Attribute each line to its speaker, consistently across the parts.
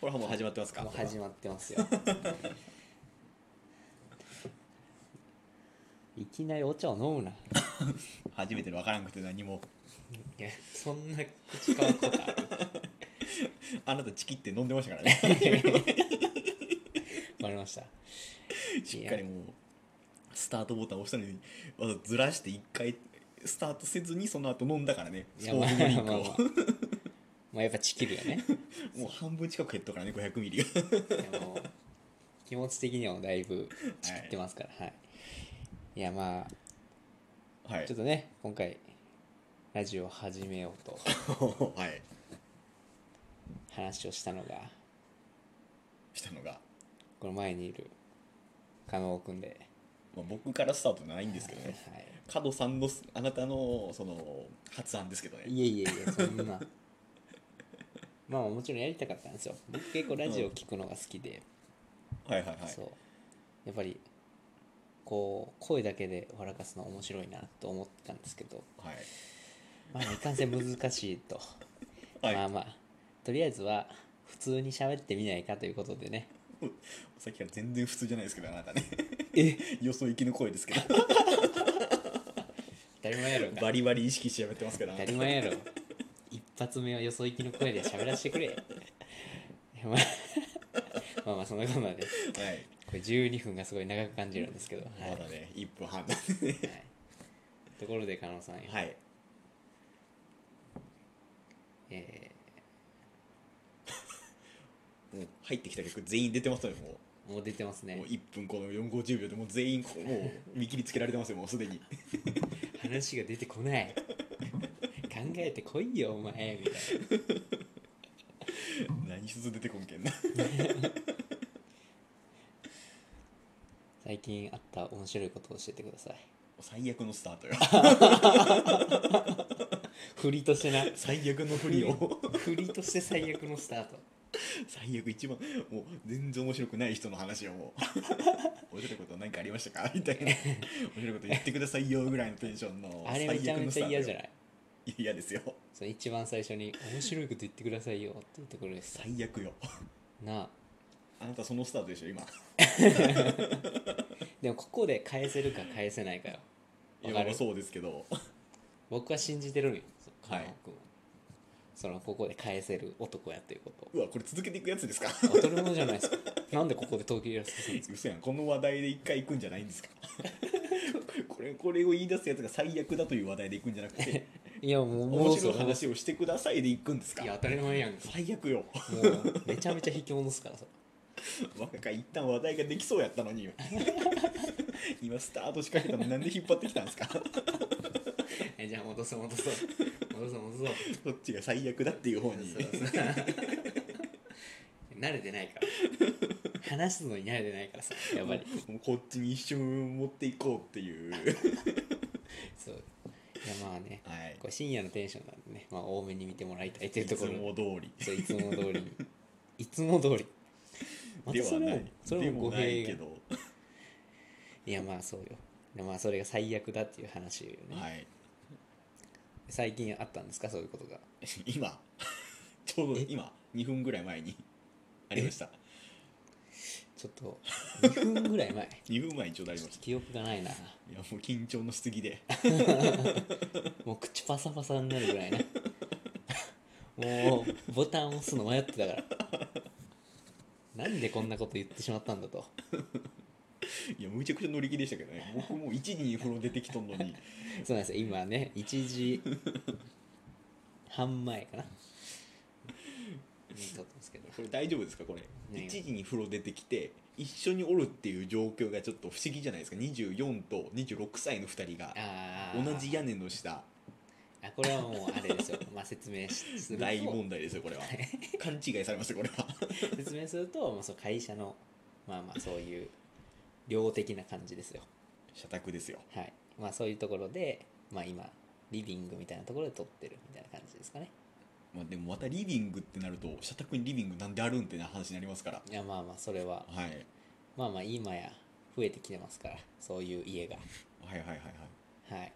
Speaker 1: これはもう始まってますか
Speaker 2: もう始まってますよいきなりお茶を飲むな
Speaker 1: 初めての分からんくて何も
Speaker 2: いやそんな口かわことある
Speaker 1: あなたチキって飲んでましたからね
Speaker 2: わかりました
Speaker 1: しっかりもうスタートボタン押したのにわざわざずらして一回スタートせずにその後飲んだからね
Speaker 2: い
Speaker 1: ス
Speaker 2: や
Speaker 1: ポ
Speaker 2: ま
Speaker 1: ー
Speaker 2: あ
Speaker 1: ツドリンク
Speaker 2: まあまあ
Speaker 1: を
Speaker 2: まあやっぱチキるよね
Speaker 1: もう半分近く減ったからね500ミリ が
Speaker 2: いやもう気持ち的にはもうだいぶチキってますからはい、い、やま
Speaker 1: は
Speaker 2: あ
Speaker 1: い
Speaker 2: ちょっとね今回ラジオを始めようと
Speaker 1: はい
Speaker 2: 話をしたのが
Speaker 1: したのが、
Speaker 2: この前にいる加納君で、
Speaker 1: まあ、僕からスタートじゃないんですけど
Speaker 2: は
Speaker 1: ね角さんのすあなたのその発案ですけどね
Speaker 2: い、いえいえいえそんなまあもちろんやりたかったんですよ僕結構ラジオ聞くのが好きで、
Speaker 1: はいはいはい
Speaker 2: そうやっぱりこう声だけで笑かすの面白いなと思ったんですけど
Speaker 1: はい
Speaker 2: まあいかんせん難しい と。
Speaker 1: はい、
Speaker 2: まあまあとりあえずは普通に喋ってみないかということでね
Speaker 1: さっきから全然普通じゃないですけどあなたね
Speaker 2: え
Speaker 1: よそ行きの声ですけ ど
Speaker 2: 当たり前やろ
Speaker 1: バリバリ意識してやめてますけどあ
Speaker 2: 当
Speaker 1: な
Speaker 2: た
Speaker 1: た
Speaker 2: り前やろ一発目はよそ行きの声で喋らせてくれ まあまあまあそんなことなんで
Speaker 1: はい
Speaker 2: これ12分がすごい長く感じるんですけど、は
Speaker 1: まだ
Speaker 2: い
Speaker 1: ね、1分半だ
Speaker 2: はいところで加納さんよ、
Speaker 1: はい。
Speaker 2: え
Speaker 1: もう入ってきた曲全員出てますよ、も
Speaker 2: ーもう出てます
Speaker 1: う。も
Speaker 2: ね
Speaker 1: う1分この4、50秒でもう全員こう、もう見切りつけられて ますよ、もうすでに。
Speaker 2: 話が出てこない 考えてこいよお前みたいな
Speaker 1: 何一つ出てこんけんな。
Speaker 2: 最近あった面白いことを教えてください
Speaker 1: 最悪のスタートよ。
Speaker 2: 振りとしてな
Speaker 1: 最悪の振り を。
Speaker 2: 振りとして最悪のスタート
Speaker 1: 最悪一番、もう全然面白くない人の話を もう。面白いこと何かありましたかみ たいな。面白いこと言ってくださいよぐらいのテンションの
Speaker 2: あれめちゃめちゃ嫌じゃないい
Speaker 1: 嫌ですよ。
Speaker 2: その一番最初に「面白いこと言ってくださいよ」っていうところです
Speaker 1: 最悪よ。
Speaker 2: なあ
Speaker 1: あなたそのスタートでしょ、今。
Speaker 2: でもここで返せるか返せないかよわか
Speaker 1: 今
Speaker 2: る
Speaker 1: もそうですけど。
Speaker 2: 僕は信じてるんよそう
Speaker 1: はい
Speaker 2: 狩野君そのここで返せる男やということ
Speaker 1: うわ、これ続けていくやつですか
Speaker 2: 当たり前じゃない ですかなんでここで東京やらせるんですか
Speaker 1: 嘘やんこの話題で一回行くんじゃないんですか これこれを言い出すやつが最悪だという話題で行くんじゃなくて
Speaker 2: いやもう
Speaker 1: 面白い
Speaker 2: 戻す
Speaker 1: 話をしてくださいで行くんですか
Speaker 2: いや当たり前やんか
Speaker 1: 最悪よ
Speaker 2: もうめちゃめちゃ引き戻すからさ
Speaker 1: 若か一旦話題ができそうやったのに 今スタートしかけたのになんで引っ張ってきたんですか
Speaker 2: えじゃあ戻そう戻そう戻そう戻そう
Speaker 1: そっちが最悪だっていう方に
Speaker 2: そうそう慣れてないから話すのに慣れてないからさやっぱり
Speaker 1: もうこっちに一瞬持っていこうっていう
Speaker 2: そういやまあね
Speaker 1: はい
Speaker 2: これ深夜のテンションなんでね、まあ、多めに見てもらいたいとい
Speaker 1: いう
Speaker 2: とこ
Speaker 1: つ
Speaker 2: ろ
Speaker 1: も通り
Speaker 2: そういつも通りにいつも通りま
Speaker 1: で
Speaker 2: た
Speaker 1: は
Speaker 2: それ
Speaker 1: な
Speaker 2: も
Speaker 1: い
Speaker 2: それ
Speaker 1: で
Speaker 2: も
Speaker 1: も
Speaker 2: 語
Speaker 1: ない
Speaker 2: 弊が
Speaker 1: け
Speaker 2: い
Speaker 1: ど、
Speaker 2: やまあそうよでまあそれが最悪だっていう話よね、
Speaker 1: はい、
Speaker 2: 最近あったんですかそういうことが
Speaker 1: 今ちょうど
Speaker 2: え
Speaker 1: 今2分ぐらい前にありました
Speaker 2: ちょっと2分ぐらい前
Speaker 1: 2分前にちょうどありました
Speaker 2: 記憶がないない
Speaker 1: やもう緊張のしすぎで
Speaker 2: もう口パサパサになるぐらいな もうボタン押すの迷ってたからなんでこんなこと言ってしまったんだと
Speaker 1: いやむちゃくちゃ乗り気でしたけどね僕もう1時に風呂出てきとんのに
Speaker 2: そうなんですよ今ね1時半 前かな撮ってますけど
Speaker 1: これ大丈夫ですかこれ1
Speaker 2: 何が
Speaker 1: 時に風呂出てきて一緒におるっていう状況がちょっと不思議じゃないですか24と26歳の2人が
Speaker 2: あ
Speaker 1: 同
Speaker 2: ー
Speaker 1: じ屋根の下
Speaker 2: あこれはもうあれですよ、 まあ、説明しすると
Speaker 1: 大問題ですよこれ は勘違いされましたこれは
Speaker 2: 説明すると、まあ、そう会社のまあまあそういう量的な感じですよ
Speaker 1: 社宅ですよ
Speaker 2: はいまあそういうところで、まあ、今リビングみたいなところで撮ってるみたいな感じですかね
Speaker 1: まあでもまたリビングってなると社宅にリビングなんであるんってな話になりますから
Speaker 2: いやまあまあそれは
Speaker 1: はい
Speaker 2: まあまあ今や増えてきてますからそういう家が
Speaker 1: はいはいはいはい
Speaker 2: はい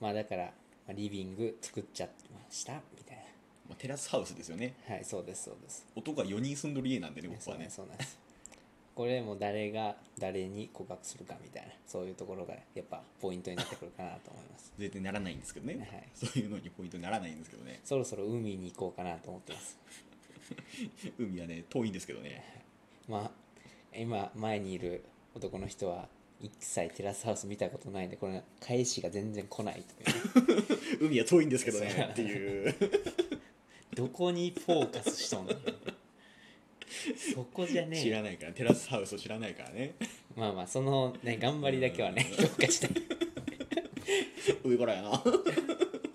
Speaker 2: まあだからまあリビング作っちゃってましたみたいな
Speaker 1: まあ、テラスハウスですよね
Speaker 2: はいそうですそうです
Speaker 1: 男が4人住んどる家なんでね僕
Speaker 2: そう
Speaker 1: は
Speaker 2: ね
Speaker 1: ね
Speaker 2: そうなんですこれも誰が誰に告白するかみたいなそういうところがやっぱポイントになってくるかなと思います
Speaker 1: 絶対ならないんですけどね、
Speaker 2: はい
Speaker 1: そういうのにポイントにならないんですけどね
Speaker 2: そろそろ海に行こうかなと思ってます
Speaker 1: 海はね遠いんですけどね
Speaker 2: まあ今前にいる男の人は一切テラスハウス見たことないんでこれ返しが全然来ないという
Speaker 1: 海は遠いんですけど
Speaker 2: そう
Speaker 1: ねっていう
Speaker 2: どこにフォーカスしとんのそこじゃねえ
Speaker 1: 知らないからテラスハウスを知らないからね
Speaker 2: まあまあそのね頑張りだけはね
Speaker 1: う
Speaker 2: 評価したいい
Speaker 1: 上からやな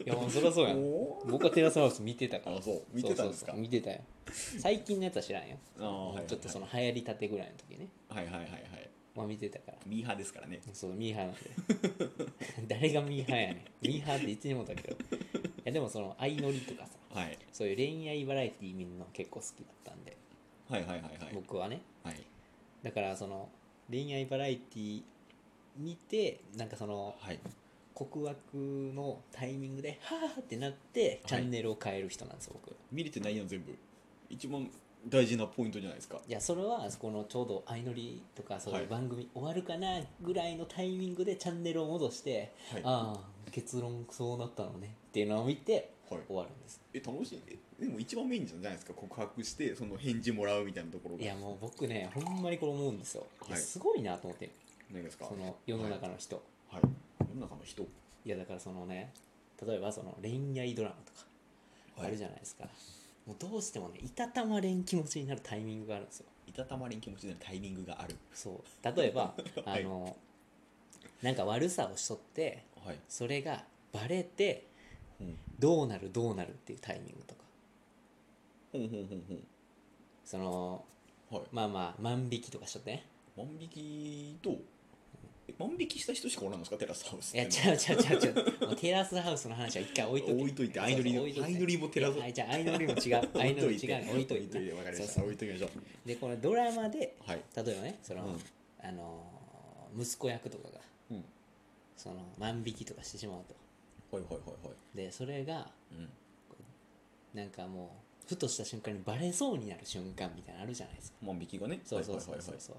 Speaker 2: やもうそりゃそうやん
Speaker 1: おー
Speaker 2: 僕はテラスハウス見てたから
Speaker 1: あそう見てたんですか
Speaker 2: そうそうそう見てたよ最近のやつは知らんよ
Speaker 1: あーはいはいはい
Speaker 2: ちょっとその流行りたてぐらいの時ね
Speaker 1: はいはいはいはい
Speaker 2: まあ見てたから
Speaker 1: ミーハーですからね
Speaker 2: そうミーハーなんで 誰がミーハーやねんミーハーっていつにもだけどいやでもその相乗りとかさ
Speaker 1: はい
Speaker 2: そういう恋愛バラエティー見るの結構好きだったんで、
Speaker 1: はいはいはいはい
Speaker 2: 僕はね
Speaker 1: はい
Speaker 2: だからその恋愛バラエティー見てなんかその
Speaker 1: はい
Speaker 2: 告白のタイミングで「はあ!」ってなってチャンネルを変える人なんですよ、僕
Speaker 1: 見れてないやん全部一番大事なポイントじゃないですか
Speaker 2: いやそれはそこのちょうど相乗りとかそういう番組終わるかなぐらいのタイミングでチャンネルを戻して「
Speaker 1: はい
Speaker 2: ああ結論そうなったのね」っていうのを見て
Speaker 1: はい
Speaker 2: 終わるんです
Speaker 1: え楽しいえでも一番メインじゃないですか告白してその返事もらうみたいなところが
Speaker 2: いやもう僕ねほんまにこれ思うんですよ、いや
Speaker 1: はい
Speaker 2: すごいなと思って
Speaker 1: ないですか
Speaker 2: その世の中の人、
Speaker 1: はい世の中の人
Speaker 2: いやだからそのね例えばその恋愛ドラマとかあるじ
Speaker 1: ゃ
Speaker 2: ゃないですか、もうどうしてもねいたたまれん気持ちになるタイミングがあるんですよ
Speaker 1: いたたまれん気持ちになるタイミングがある
Speaker 2: そう例えばあ
Speaker 1: はい
Speaker 2: の、なんか悪さをしとって
Speaker 1: はい、
Speaker 2: それがバレて
Speaker 1: うん、
Speaker 2: どうなるどうなるっていうタイミングとか
Speaker 1: ほんほんほん
Speaker 2: その
Speaker 1: ほんはい
Speaker 2: まあまあ万引きとかしとってね
Speaker 1: 万引きとえ万引きした人しかおらんのですかテラスハウス
Speaker 2: いや違
Speaker 1: ゃ
Speaker 2: う違う違う違うもうテラスハウスの話は一回置いといて
Speaker 1: 置いといて
Speaker 2: そう
Speaker 1: アイドリ
Speaker 2: そう置いといて
Speaker 1: アイドリもテラス
Speaker 2: はいじゃあアイドリも違うアイドリも違う置いといて
Speaker 1: わかりまし
Speaker 2: そ
Speaker 1: た
Speaker 2: う
Speaker 1: 置いときましょ
Speaker 2: そうでこのドラマで
Speaker 1: うはい
Speaker 2: 例えばねその、
Speaker 1: うん
Speaker 2: あのー息子役とかが
Speaker 1: うんはい
Speaker 2: その万引きとかしてしまうと
Speaker 1: はいはいはい
Speaker 2: でそれが
Speaker 1: うん
Speaker 2: なんかもうふとした瞬間にバレそうになる瞬間みたいなのあるじゃないですか
Speaker 1: 万引きがね
Speaker 2: そうそうそうそう
Speaker 1: は
Speaker 2: そう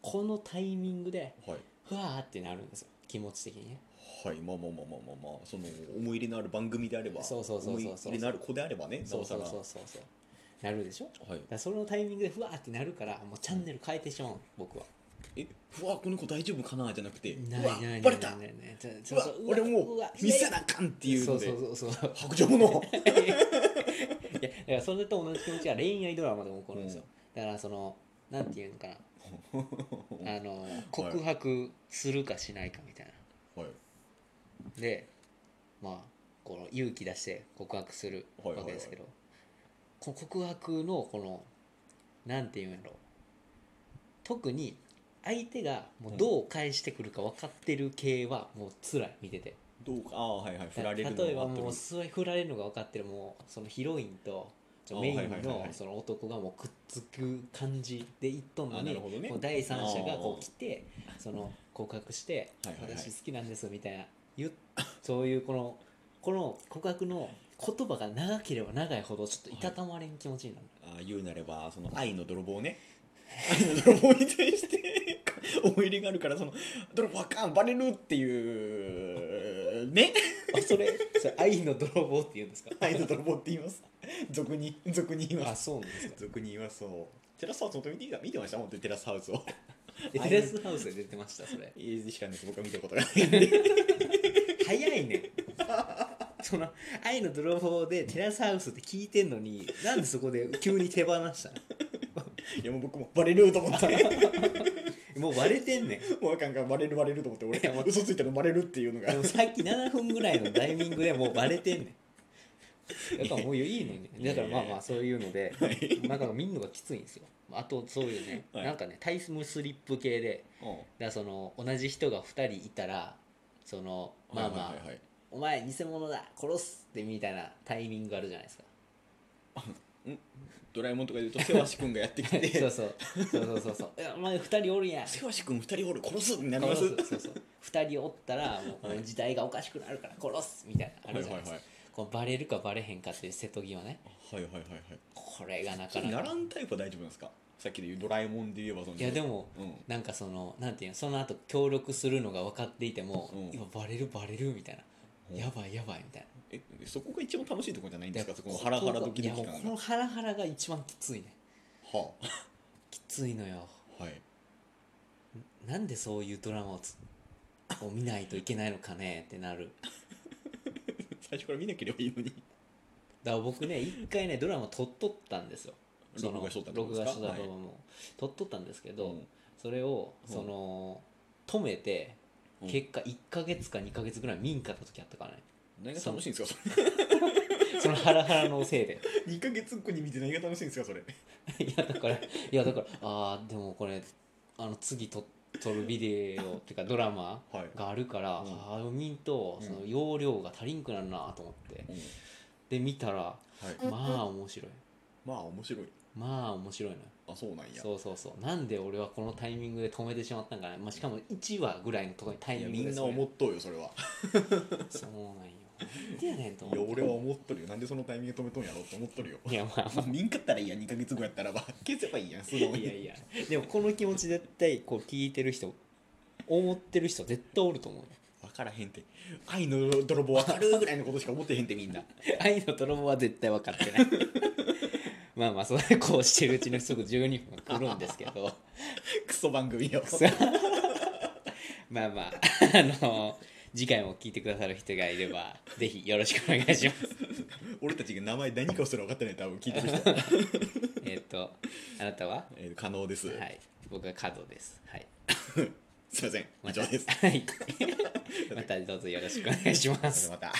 Speaker 2: このタイミングで
Speaker 1: いはいはいはい
Speaker 2: ふわーってなるんですよ気持ち的にね
Speaker 1: はい、まあまあまあまあまあまあその思い入れのある番組であれば
Speaker 2: そうそうそうそうそ
Speaker 1: 思
Speaker 2: う
Speaker 1: い入れのある子であればね
Speaker 2: そうそう
Speaker 1: なおさ
Speaker 2: そうそうそうなるでしょだから
Speaker 1: はい
Speaker 2: らそのタイミングでふわーってなるからもうチャンネル変えてしまうの僕は
Speaker 1: えうわこの子大丈夫かなじゃなくて
Speaker 2: ないう
Speaker 1: わ
Speaker 2: ないない
Speaker 1: バレた
Speaker 2: な
Speaker 1: う
Speaker 2: いないちょちょ
Speaker 1: わ
Speaker 2: そううわ
Speaker 1: 俺
Speaker 2: う
Speaker 1: も
Speaker 2: わ
Speaker 1: う見せなあかんっていう
Speaker 2: そ
Speaker 1: の
Speaker 2: うそ
Speaker 1: で
Speaker 2: うそうそう
Speaker 1: 白状 の
Speaker 2: いやだからそれと同じ気持ちが恋愛ドラマでも起こるんですよ、だからそのなんていうのかなあの告白するかしないかみたいな、
Speaker 1: はい
Speaker 2: でまあこの勇気出して告白するわけですけど、この告白のこのなんていうんやろ特に相手がもうどう返してくるか分かってる系はもう辛い見てて
Speaker 1: どうかああはいはい振られるの
Speaker 2: 例えば
Speaker 1: 待って
Speaker 2: もう
Speaker 1: る
Speaker 2: すごい振られるのが分かってるもうそのヒロインと
Speaker 1: あ
Speaker 2: メイ
Speaker 1: はいはいは
Speaker 2: ン
Speaker 1: い
Speaker 2: の
Speaker 1: はい
Speaker 2: その男がもうくっつく感じでいっとんの
Speaker 1: あな
Speaker 2: に
Speaker 1: るほどね
Speaker 2: もう第三者がこ
Speaker 1: あー
Speaker 2: う来てその告白して「
Speaker 1: はいはいはい
Speaker 2: 私好きなんです」みたいな言うそういうこのこの告白の言葉が長ければ長いほどちょっといたたまれん気持ちになる、
Speaker 1: ああ言うなればその愛の泥棒ね 愛の泥棒に対して 思い入れがあるからその泥棒あかんバレるっていうね
Speaker 2: あそれそれ愛の泥棒って言うんですか
Speaker 1: 愛の泥棒って言います俗に俗に言いま
Speaker 2: あ
Speaker 1: す
Speaker 2: そうなん ですか
Speaker 1: 俗に言いますそうテラスハウス本当に見て見てました本当にテラスハウスを
Speaker 2: えテレスハウスで出てましたそれ
Speaker 1: いい時間です僕は見たことがないんで
Speaker 2: 早いねんその愛の泥棒でテラスハウスって聞いてんのになんでそこで急に手放した
Speaker 1: いやもう僕もバレると思って
Speaker 2: のもう割れてんねん
Speaker 1: もうあかんからバレるバレると思って俺
Speaker 2: いやもう
Speaker 1: 嘘ついたらバレるっていうのが
Speaker 2: でもさっき7分ぐらいのタイミングでもうバレてんねんだからもういいのにだからまあまあそういうのでなんか見んのがきついんですよあとそういうね、
Speaker 1: はい
Speaker 2: なんかねタイムスリップ系で
Speaker 1: う
Speaker 2: だからその同じ人が2人いたらその
Speaker 1: ん
Speaker 2: まあまあ、
Speaker 1: はいはいはい
Speaker 2: お前偽物だ殺すってみたいなタイミングあるじゃないですか
Speaker 1: ドラえもんとかで言うとセワシ君がやってき て
Speaker 2: そうそうそうそうそうそうえお前2人おるやん
Speaker 1: セワシ君2人おる殺すってなり
Speaker 2: 殺
Speaker 1: ます
Speaker 2: すそうそう2人おったらもうこの時代がおかしくなるから殺すみたいなあ
Speaker 1: はいは
Speaker 2: るじ
Speaker 1: いは
Speaker 2: ゃな
Speaker 1: い
Speaker 2: ですか、このバレるかバレへんかっていう瀬戸際ね
Speaker 1: はいはいはいはい
Speaker 2: これがな
Speaker 1: そ
Speaker 2: か
Speaker 1: れ
Speaker 2: な
Speaker 1: な
Speaker 2: から
Speaker 1: んタイプは大丈夫なんですかさっきで言うドラえもんで言えばその
Speaker 2: いやでも
Speaker 1: うん
Speaker 2: なんかそのなんていうのその後協力するのが分かっていても、
Speaker 1: うん
Speaker 2: 今バレるバレるみたいな、
Speaker 1: うん
Speaker 2: やばいやばいみたいな
Speaker 1: えそこが一番楽しいところじゃないんですか
Speaker 2: いや
Speaker 1: そこのハラハラドキド
Speaker 2: い
Speaker 1: キ
Speaker 2: やもう
Speaker 1: 感
Speaker 2: こ
Speaker 1: が
Speaker 2: のハラハラが一番きついね
Speaker 1: は
Speaker 2: きついのよ
Speaker 1: あはい
Speaker 2: なんでそういうドラマをつ を見ないといけないのかねってなる
Speaker 1: 最初から見なければいいのに
Speaker 2: だから僕ね一回ねドラマ撮っとったんですよその
Speaker 1: 録画しとったってこ
Speaker 2: 録
Speaker 1: とで
Speaker 2: 画し
Speaker 1: す
Speaker 2: と
Speaker 1: か
Speaker 2: った
Speaker 1: はい
Speaker 2: ドラマも撮っとったんですけど、
Speaker 1: うん
Speaker 2: それを
Speaker 1: うん
Speaker 2: その止めて
Speaker 1: うん
Speaker 2: 結果1ヶ月か2ヶ月ぐらい民家った時あったからね
Speaker 1: 何が楽しいんですかそれ
Speaker 2: そのハラハラのせいで
Speaker 1: 2ヶ月後に見て何が楽しいんですかそれ
Speaker 2: いやだからいやだからああでもこれあの次撮撮るビデオっていうかドラマ
Speaker 1: はい
Speaker 2: があるから、
Speaker 1: うん
Speaker 2: ああ見んとその容量が足りんくなるなと思って
Speaker 1: うん
Speaker 2: で見たら
Speaker 1: はい
Speaker 2: まあ面白い
Speaker 1: まあ面白い
Speaker 2: まあ面白いのよ
Speaker 1: あそうなんや
Speaker 2: そうそうそうなんで俺はこのタイミングで止めてしまったんかな、まあ、しかも1話ぐらいのところにタイ
Speaker 1: いや
Speaker 2: ミ
Speaker 1: み
Speaker 2: ング
Speaker 1: ん
Speaker 2: で
Speaker 1: な
Speaker 2: それ
Speaker 1: 思っとうよそれは
Speaker 2: そうなんよなんでやねんと
Speaker 1: いや
Speaker 2: 思っ
Speaker 1: 俺
Speaker 2: て
Speaker 1: は思っとるよなんでそのタイミングで止めとんやろって思っとるよ
Speaker 2: いやまあ
Speaker 1: まあ見んかったらいいや2ヶ月後やったらば消せばいいやんすぐ
Speaker 2: いやいやでもこの気持ち絶対こう聞いてる人思ってる人絶対おると思うよ
Speaker 1: 分からへんて愛の泥棒分かるぐらいのことしか思ってへんてみんな
Speaker 2: 愛の泥棒は絶対分かってない まあまあそれこうしてるうちにすぐ12分が来るんですけど
Speaker 1: クソ番組よ
Speaker 2: そうまあまああの次回も聞いてくださる人がいればぜひよろしくお願いします
Speaker 1: 俺たちが名前何かをすら分かってない多分聞いてる人
Speaker 2: えっとあなたは
Speaker 1: えー可能です、
Speaker 2: はい僕は加藤ですはい
Speaker 1: すいません以
Speaker 2: また
Speaker 1: 上です
Speaker 2: はいまたどうぞよろしくお願いします
Speaker 1: また